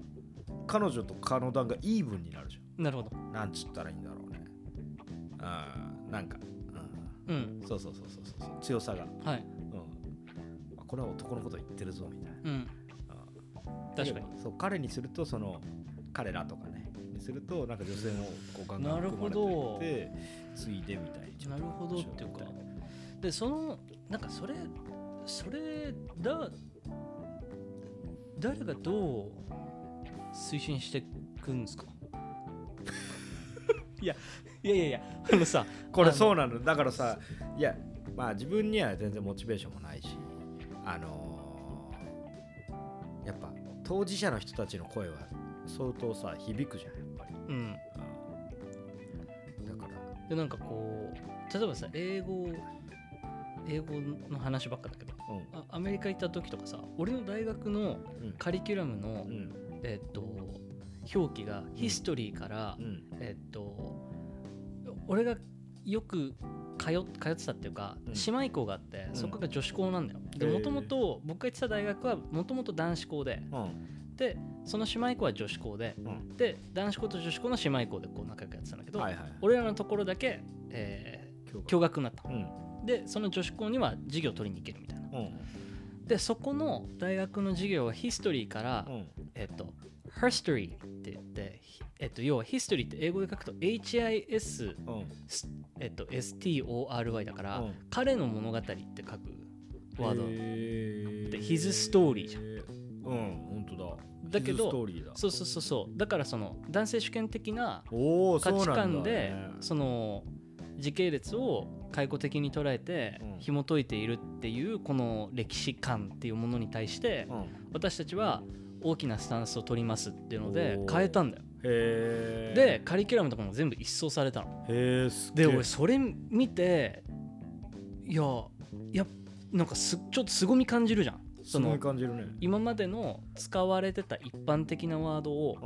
彼女とカノダンがイーブンになるじ
ー、なるほど
ゃんなんつったらいいんだろうねあーなんか、う
うん
ん、そうそうそうそうそうそう強さが、うん、
はい
あこれは男のこと言ってるぞみたいな
うん確かに
そう彼にするとその彼らとかねにするとなんか女性もこうガンガン
なるほど
含まれていってついでみたい
なるほどっていうかでそのなんかそれそれだ誰がどう推進していくんですか いやいやいやいやあのさ
これ
あの
そうなのだからさいやまあ自分には全然モチベーションもないしあのーやっぱ当事者の人たちの声は相当さ響くじゃんやっぱり
うん、
だから
でなんかこう例えばさ英語英語の話ばっかだけど
うん
あアメリカ行った時とかさ俺の大学の
うん
カリキュラムの、
うん
えっと表記がヒストリーから、
うん
えっと俺がよく通っ通ってたっていうか、
うん
姉妹校があって
ん
そこが女子校なんだよ、で
へー
もともと僕が行ってた大学はもともと男子校で
うん
でその姉妹校は女子校で
うん
で男子校と女子校の姉妹校でこう仲良くやってたんだけど、
はいはい
俺らのところだけ、え
今
ー
日
共学になった
うん
でその女子校には授業を取りに行けるみたいな
うん
でそこの大学の授業はヒストリーから、
うん
えっと Herstory って言って、ひえっと、要はヒストリーって英語で書くと HIS、
うん
すえっと、STORY だから、
うん
彼の物語って書くワードなの
ー
で his story じゃん
うん本当だ
だけ
his
ど
story だ
そうそうそうそうだからその男性主権的な
おお
価値
そうな
観
んだ
で
ね
その時系列を解雇的に捉えて
うん
紐解いているっていうこの歴史観っていうものに対して
うん
私たちは大きなスタンスを取りますっていうので
おー
変えたんだよ
へえ
でカリキュラムとかも全部一掃されたの
へえすげえ
で俺それ見ていやいやなんかすちょっと凄み感じるじゃん
す
そ
ご
の
い感じるね
今までの使われてた一般的なワードを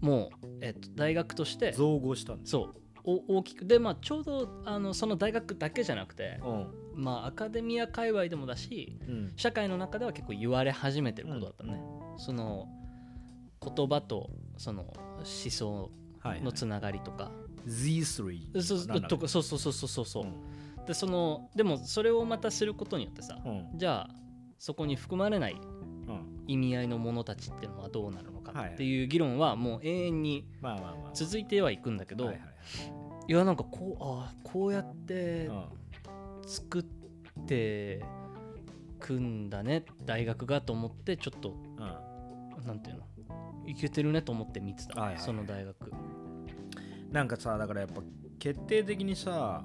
うん
もう、えっと、大学として
造語したんです
そうお大きくでまあちょうどあのその大学だけじゃなくて、
うん
まあ、アカデミア界隈でもだし
うん
社会の中では結構言われ始めてることだったね、その言葉とその思想
はい
のつながりとか、
Z3
そうそう
なんだ
とかそうそうそうそうそうそううんでそのでもそれをまたすることによってさ、
うん
じゃあそこに含まれない
うん
意味合いのものたちっていうのはどうなるのか
はい
っていう議論はもう永遠に
まあまあまあ
続いてはいくんだけど、
はい
い
はい
やなんかこうああこうやって
はい
作ってくんだね大学がと思ってちょっと
うんうん
なんていうのいけてるねと思って見てた、
はいはい
その大学
なんかさだからやっぱ決定的にさ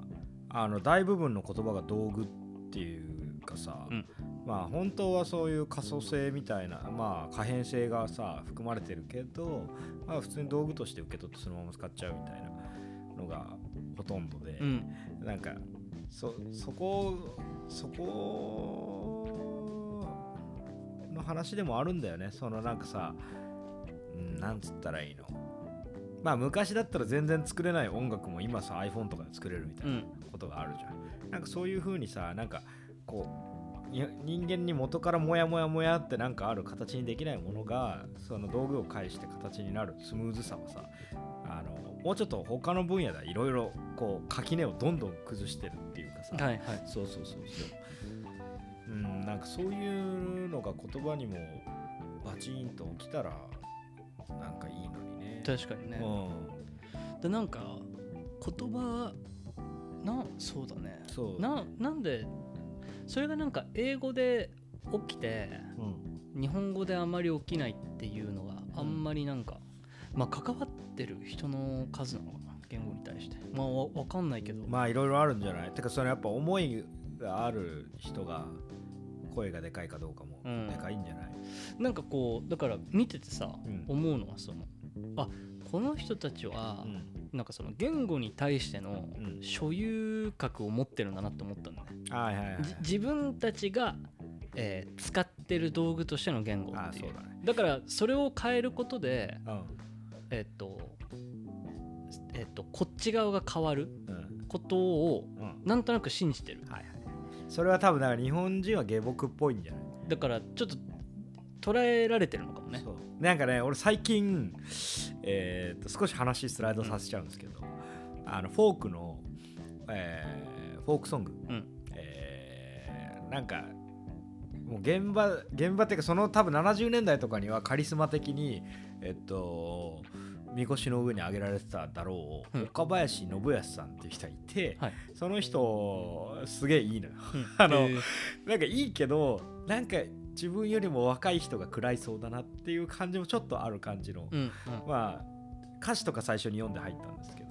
あの大部分の言葉が道具っていうかさ、
うん
まあ本当はそういう可塑性みたいなまあ可変性がさ含まれてるけど、まあ、普通に道具として受け取ってそのまま使っちゃうみたいなのがほとんどで、
うん
なんかそそこそこの話でもあるんだよねそのなんかさ、うん、なんつったらいいのまあ昔だったら全然作れない音楽も今さ iPhone とかで作れるみたい
う
なんことがあるじゃん、なんかそういう風にさなんかこういや人間に元からモヤモヤモヤってなんかある形にできないものがその道具を介して形になるスムーズさはさあのもうちょっと他の分野ではいろいろこう垣根をどんどん崩してるっていうかさ、
はいはい
そうそうそうそううんなんかそういうのが言葉にもバチーンと起きたらなんかいいのにね
確かにね、
うん
でなんか言葉なそうだね
そう
ななんでそれがなんか英語で起きて
うん
日本語であまり起きないっていうのがあんまりなんか、まあ関わってる人の数なのかな言語に対してまあわわかんないけど、
まあいろいろあるんじゃないてかそれやっぱ思いがある人が声がでかいかどうかも
うん
でかいんじゃない、
なんかこうだから見ててさ、
うん
思うのはそのあこの人たちは、
うん
なんかその言語に対しての
うん
所有格を持ってるんだなって思ったんだね、
はいはいはい
じ自分たちが、えー使ってる道具としての言語
あ
っ
あ
て
そ
いうう
だね
だからそれを変えることで
うん
えっとえっとこっち側が変わる
うん
ことを
うん
なんとなく信じてる
はいはいそれは多分だから日本人は下僕っぽいんじゃない
だからちょっと捉えられてるのかもね
そうなんかね俺最近、えーっと少し話スライドさせちゃうんですけど、あのフォークの、えーフォークソング、
うん
えーなんかもう現場現場っていうかその多分70年代とかにはカリスマ的にえっとみこしの上に上げられてただろう、
うん
岡林信康さんっていう人がいて、
はい
その人すげえいいのよ
うん
あの
えー
なんかいいけどなんか自分よりも若い人が食らいそうだなっていう感じもちょっとある感じの、
うんうん
まあ歌詞とか最初に読んで入ったんですけど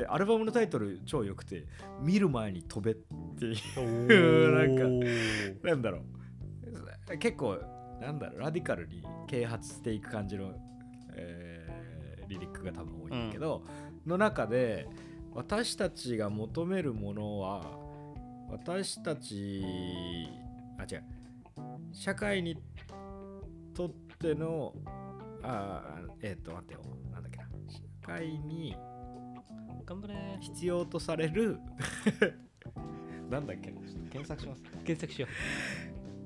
でアルバムのタイトル超良くて「見る前に飛べ」っていうなんかなんだろう結構なんだろうラディカルに啓発していく感じの、えーリリックが多分多いんだけど、の中で私たちが求めるものは私たちあ違う社会にとってのあーえっ、と待ってよなんだっけな社会に
頑張れ
必要とされる なんだっけなちょっと検索します
検索しよ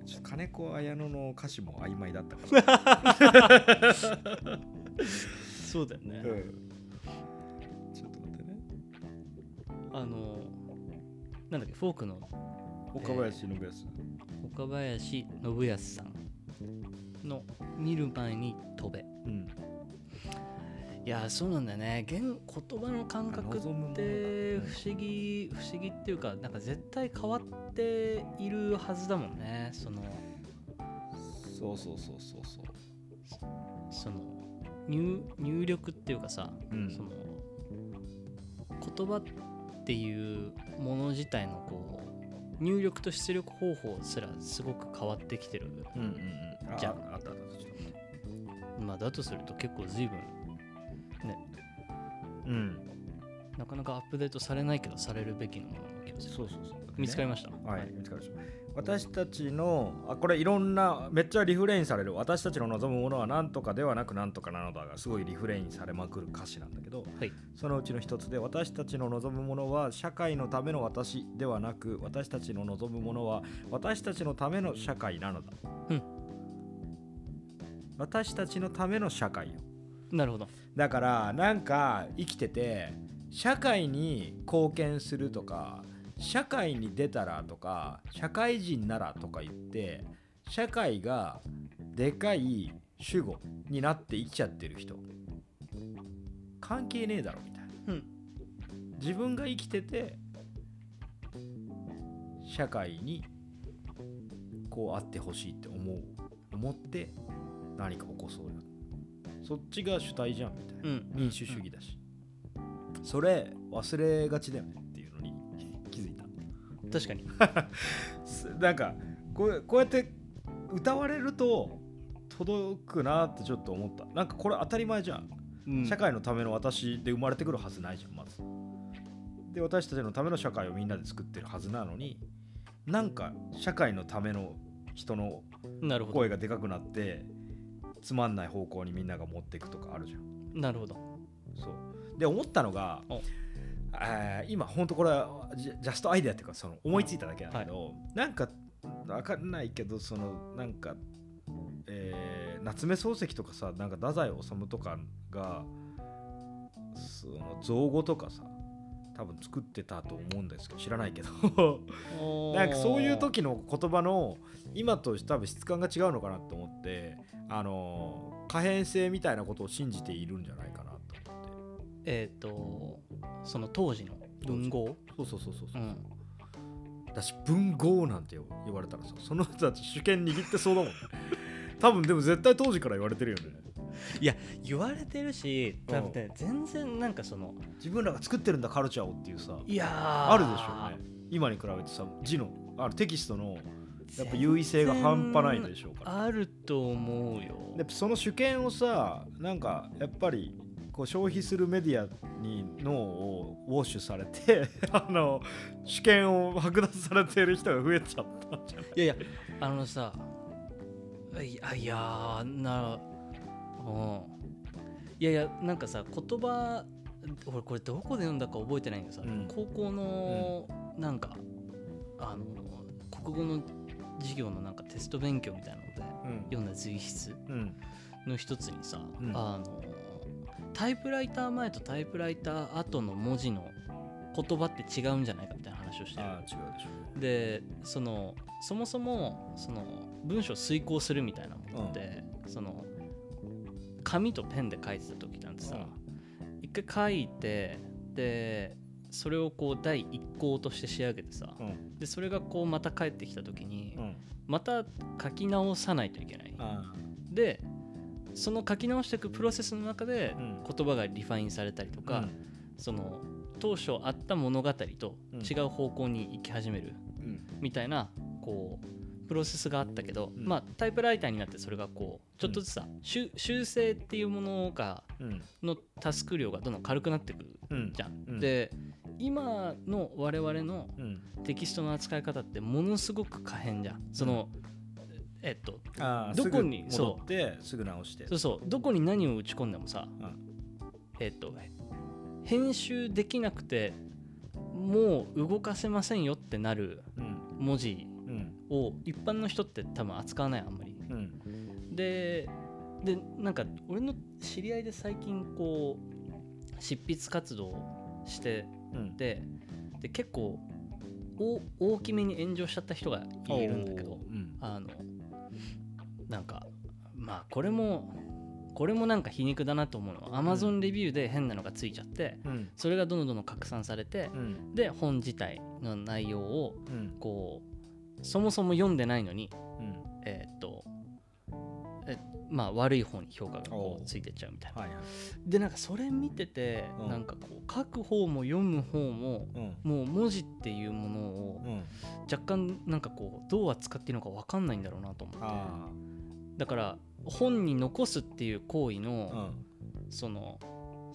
ちょっと金子綾乃の歌詞も曖昧だったから、
うそうだよね、
うんちょっと待ってね
あのなんだっけフォークの
岡林信康、
岡林信康さんの「見る前に飛べ」
うん
いやーそうなんだよね言言葉の感覚っ
望むものだ
て不思議不思議っていうかなんか絶対変わっているはずだもんねその
そうそうそうそうそう
その入入力っていうかさ、
うん
その言葉っていうもの自体のこう入力と出力方法すらすごく変わってきてる、
うんうんうん
じゃ
ああったあったちょっと
まあ、だとすると結構随分ね
うん
なかなかアップデートされないけどされるべきのものな気がする
そうそうそう
見つかり
ま
ました、
はい、見つかりました私たちのあこれいろんなめっちゃリフレインされる私たちの望むものは何とかではなく何とかなのだがすごいリフレインされまくる歌詞なんだけど、
はい
そのうちの一つで私たちの望むものは社会のための私ではなく私たちの望むものは私たちのための社会なのだ、
うん
私たちのための社会よ
なるほど
だからなんか生きてて社会に貢献するとか社会に出たらとか社会人ならとか言って社会がでかい主語になって生きちゃってる人関係ねえだろみたいな
うん
自分が生きてて社会にこうあってほしいって思う思って何か起こそうよそっちが主体じゃんみたいな、
うん
民主主義だし、それ忘れがちだよねっていうのに気づいた
確かに
すなんかこうこうやって歌われると届くなってちょっと思ったなんかこれ当たり前じゃん
うん
社会のための私で生まれてくるはずないじゃんまずで私たちのための社会をみんなで作ってるはずなのになんか社会のための人の
なるほど
声がでかくなってつまんない方向にみんなが持っていくとかあるじゃん
なるほど
そうで思ったのが
お
あー今本当これはジャジャストアイデアっていうかその思いついただけなんだけど、なんかわかんないけどそのなんか、えー夏目漱石とかさなんか太宰治とかがその造語とかさ多分作ってたと思うんですけど知らないけどなんかそういう時の言葉の今と多分質感が違うのかなと思ってあの可変性みたいなことを信じているんじゃないかなと思って
えっ、とその当時の文豪
そうそうそうそうそううんだし文豪なんて言われたらさその人たち主権握ってそうだもんね 多分でも絶対当時から言われてるよね
いや言われてるし多分ね全然なんかその
自分らが作ってるんだカルチャーをっていうさ
いやー
あるでしょうね今に比べてさ字のあのテキストのやっぱ優位性が半端ないでしょうから
あると思うよ
でその主権をさなんかやっぱりこう消費するメディアに脳をウォッシュされて あの主権を剥奪されてる人が増えちゃったんじゃない
いやいやあのさいやいやーなうんいやいやなんかさ言葉俺これどこで読んだか覚えてないんだけどさ、
うん
高校のなんか、あの国語の授業のなんかテスト勉強みたいなので読んだ随筆
うん
の一つにさ、
うん
あのタイプライター前とタイプライター後の文字の言葉って違うんじゃないかみたいな話をしてる
ああ違うでしょ
でそのそもそもその文章を遂行するみたいなものって、その紙とペンで書いてた時なんてさ、一回書いてでそれをこう第一項として仕上げてさ、
うん
でそれがこうまた帰ってきた時に、
うん
また書き直さないといけない、
あ
でその書き直していくプロセスの中で
うん
言葉がリファインされたりとか、その当初あった物語と違う方向に行き始める、みたいなこうプロセスがあったけど、
うん
まあ、タイプライターになってそれがこうちょっとずつさ、修修正っていうものが
うん
のタスク量がどんどん軽くなってくる
うん
じゃん。
うん
で今の我々の
うん
テキストの扱い方ってものすごく可変じゃん。その、えっと
ああ
どこに
すぐ戻ってすぐ直して
そうそうどこに何を打ち込んでもさ、
ん
えっと編集できなくてもう動かせませんよってなる
うん
文字
うん
を一般の人って多分扱わないあんまり。
うん
ででなんか俺の知り合いで最近こう執筆活動をして
うん
てで結構お大きめに炎上しちゃった人がいるんだけど
おーうん
あのなんかまあこれもこれもなんか皮肉だなと思うのは Amazon レビューで変なのがついちゃって
うん
それがどんどんどんどん拡散されて
うん
で本自体の内容を
うん
こうそもそも読んでないのに
うん
えーっとえまあ悪い方に評価がこ
おう
うついてっちゃうみたいな。
はいはい
でなんかそれ見てて、
うん
なんかこう書く方も読む方も
うん
もう文字っていうものを
うん
若干なんかこうどう扱っていいのか分かんないんだろうなと思って
あ
だから本に残すっていう行為
あ
の、その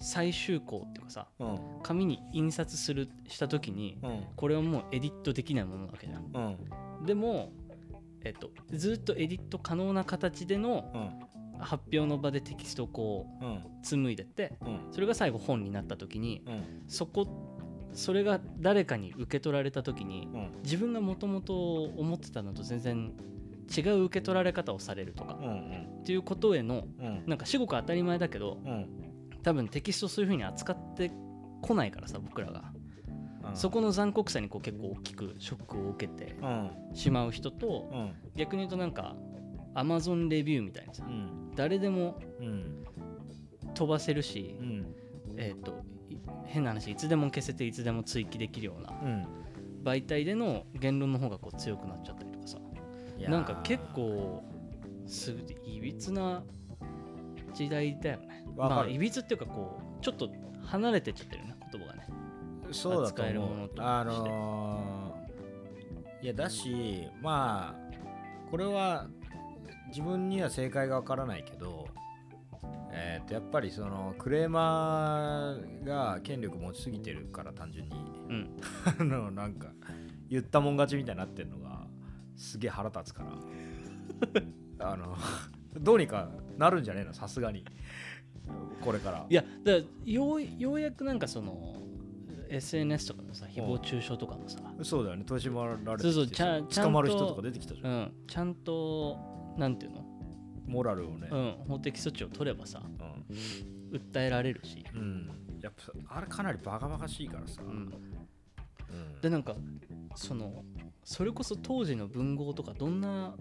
最終項っていうかさ
うんうん
紙に印刷するした時に
うん
これはもうエディットできないものなわけじゃん。
うん
でも、えっと、ずっとエディット可能な形での
うん
発表の場でテキストをこう
うん
紡いでって
うん
それが最後本になった時に
うん
そこそれが誰かに受け取られた時に
うん
自分がもともと思ってたのと全然違う受け取られ方をされるとか
うん
っていうことへの
うんうん
なんか至極当たり前だけど
うん
多分テキストそういう風に扱ってこないからさ僕らが
うん
そこの残酷さにこう結構大きくショックを受けて
うん
しまう人と
うん
逆に言うとなんか Amazon レビューみたいにさ
うん
誰でも
うん
飛ばせるし
うん
えー、とい変な話いつでも消せていつでも追記できるような
うん
媒体での言論の方がこう強くなっちゃったりとかさ
いやー
なんか結構すぐいびつな時代だよね
わかる
まあいびつっていうかこうちょっと離れてっちゃってるね言葉がね
そうだと
扱えるも
思
の
う
として
あのーいやだしまあこれは自分には正解がわからないけどえー、とやっぱりそのクレーマーが権力持ちすぎてるから単純に
うん
あのなんか言ったもん勝ちみたいになってるのがすげえ腹立つから あのどうにかなるんじゃねえのさすがにこれから
いやだからようようやくなんかその SNS とかのさ誹謗中傷とかもさ、
そうだよね取り締まられて
そうそう
きて
ちゃんちゃんと
捕まる人とか出てきたじゃ、
うんん、ちゃんとなんていうの、
モラルをね、
うん、法的措置を取ればさ
うん
訴えられるし、
うん、やっぱあれかなりバカバカしいからさ、
う
うんん、
でなんかそのそれこそ当時の文豪とかどんな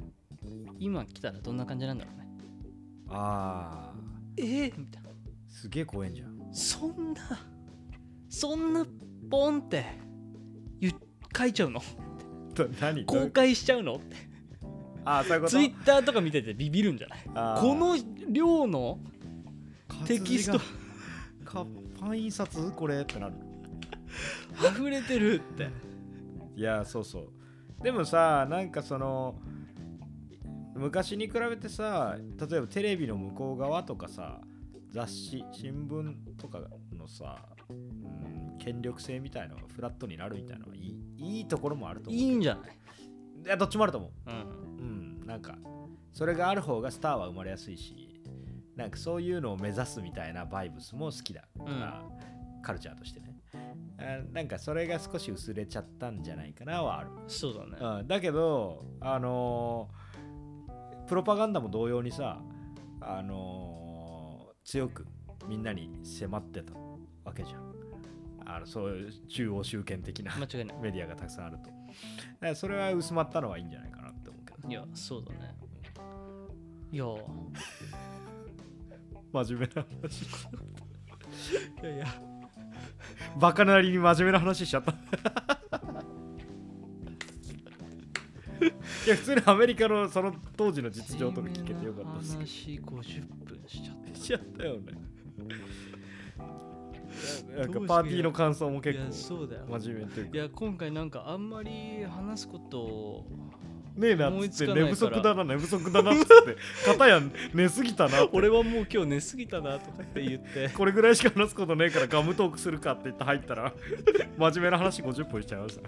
今来たらどんな感じなんだろうね
ああ
ええみたいな
すげえ怖えんじゃ ん
そんなそんなポンって言っ書いちゃうの
何
公開しちゃうのって
ああそういうこと
ツイッターとか見ててビビるんじゃない
あー
この量の
活字
テ
が
キスト
活版印刷これってなる
溢れてるって
いやそうそうでもさなんかその昔に比べてさ例えばテレビの向こう側とかさ雑誌新聞とかのさ、うん、権力性みたいのがフラットになるみたいなのはいいいいところもあると思う
いいんじゃない、
いやどっちもあると思う
うん、
うん、なんかそれがある方がスターは生まれやすいしなんかそういうのを目指すみたいなバイブスも好きだから、カルチャーとしてねあなんかそれが少し薄れちゃったんじゃないかなはある、
そうだね
うん、だけどあのープロパガンダも同様にさあのー強くみんなに迫ってたわけじゃんあのそういう中央集権的な
間違いない
メディアがたくさんあるとだからそれは薄まったのはいいんじゃないかなって思うけど
いやそうだねいや
真面目な話
いやいや
バカなりに真面目な話しちゃった いや普通にアメリカのその当時の実情とか聞けてよかったですけ
真面目な話50分しちゃっ
ど
た
しちゃったよねなんかパーティーの感想も
いや
結
そうだよ
構真面目という
い
か
や今回なんかあんまり話すこと
ねえなっ
思い
つ
つ
っ
か
て
ない
寝
から
不足だな寝不足だなっつって片や寝すぎたなって
俺はもう今日寝すぎたなとかって言って
これぐらいしか話すことねえからガムトークするかって言って入ったら真面目な話50分しちゃいました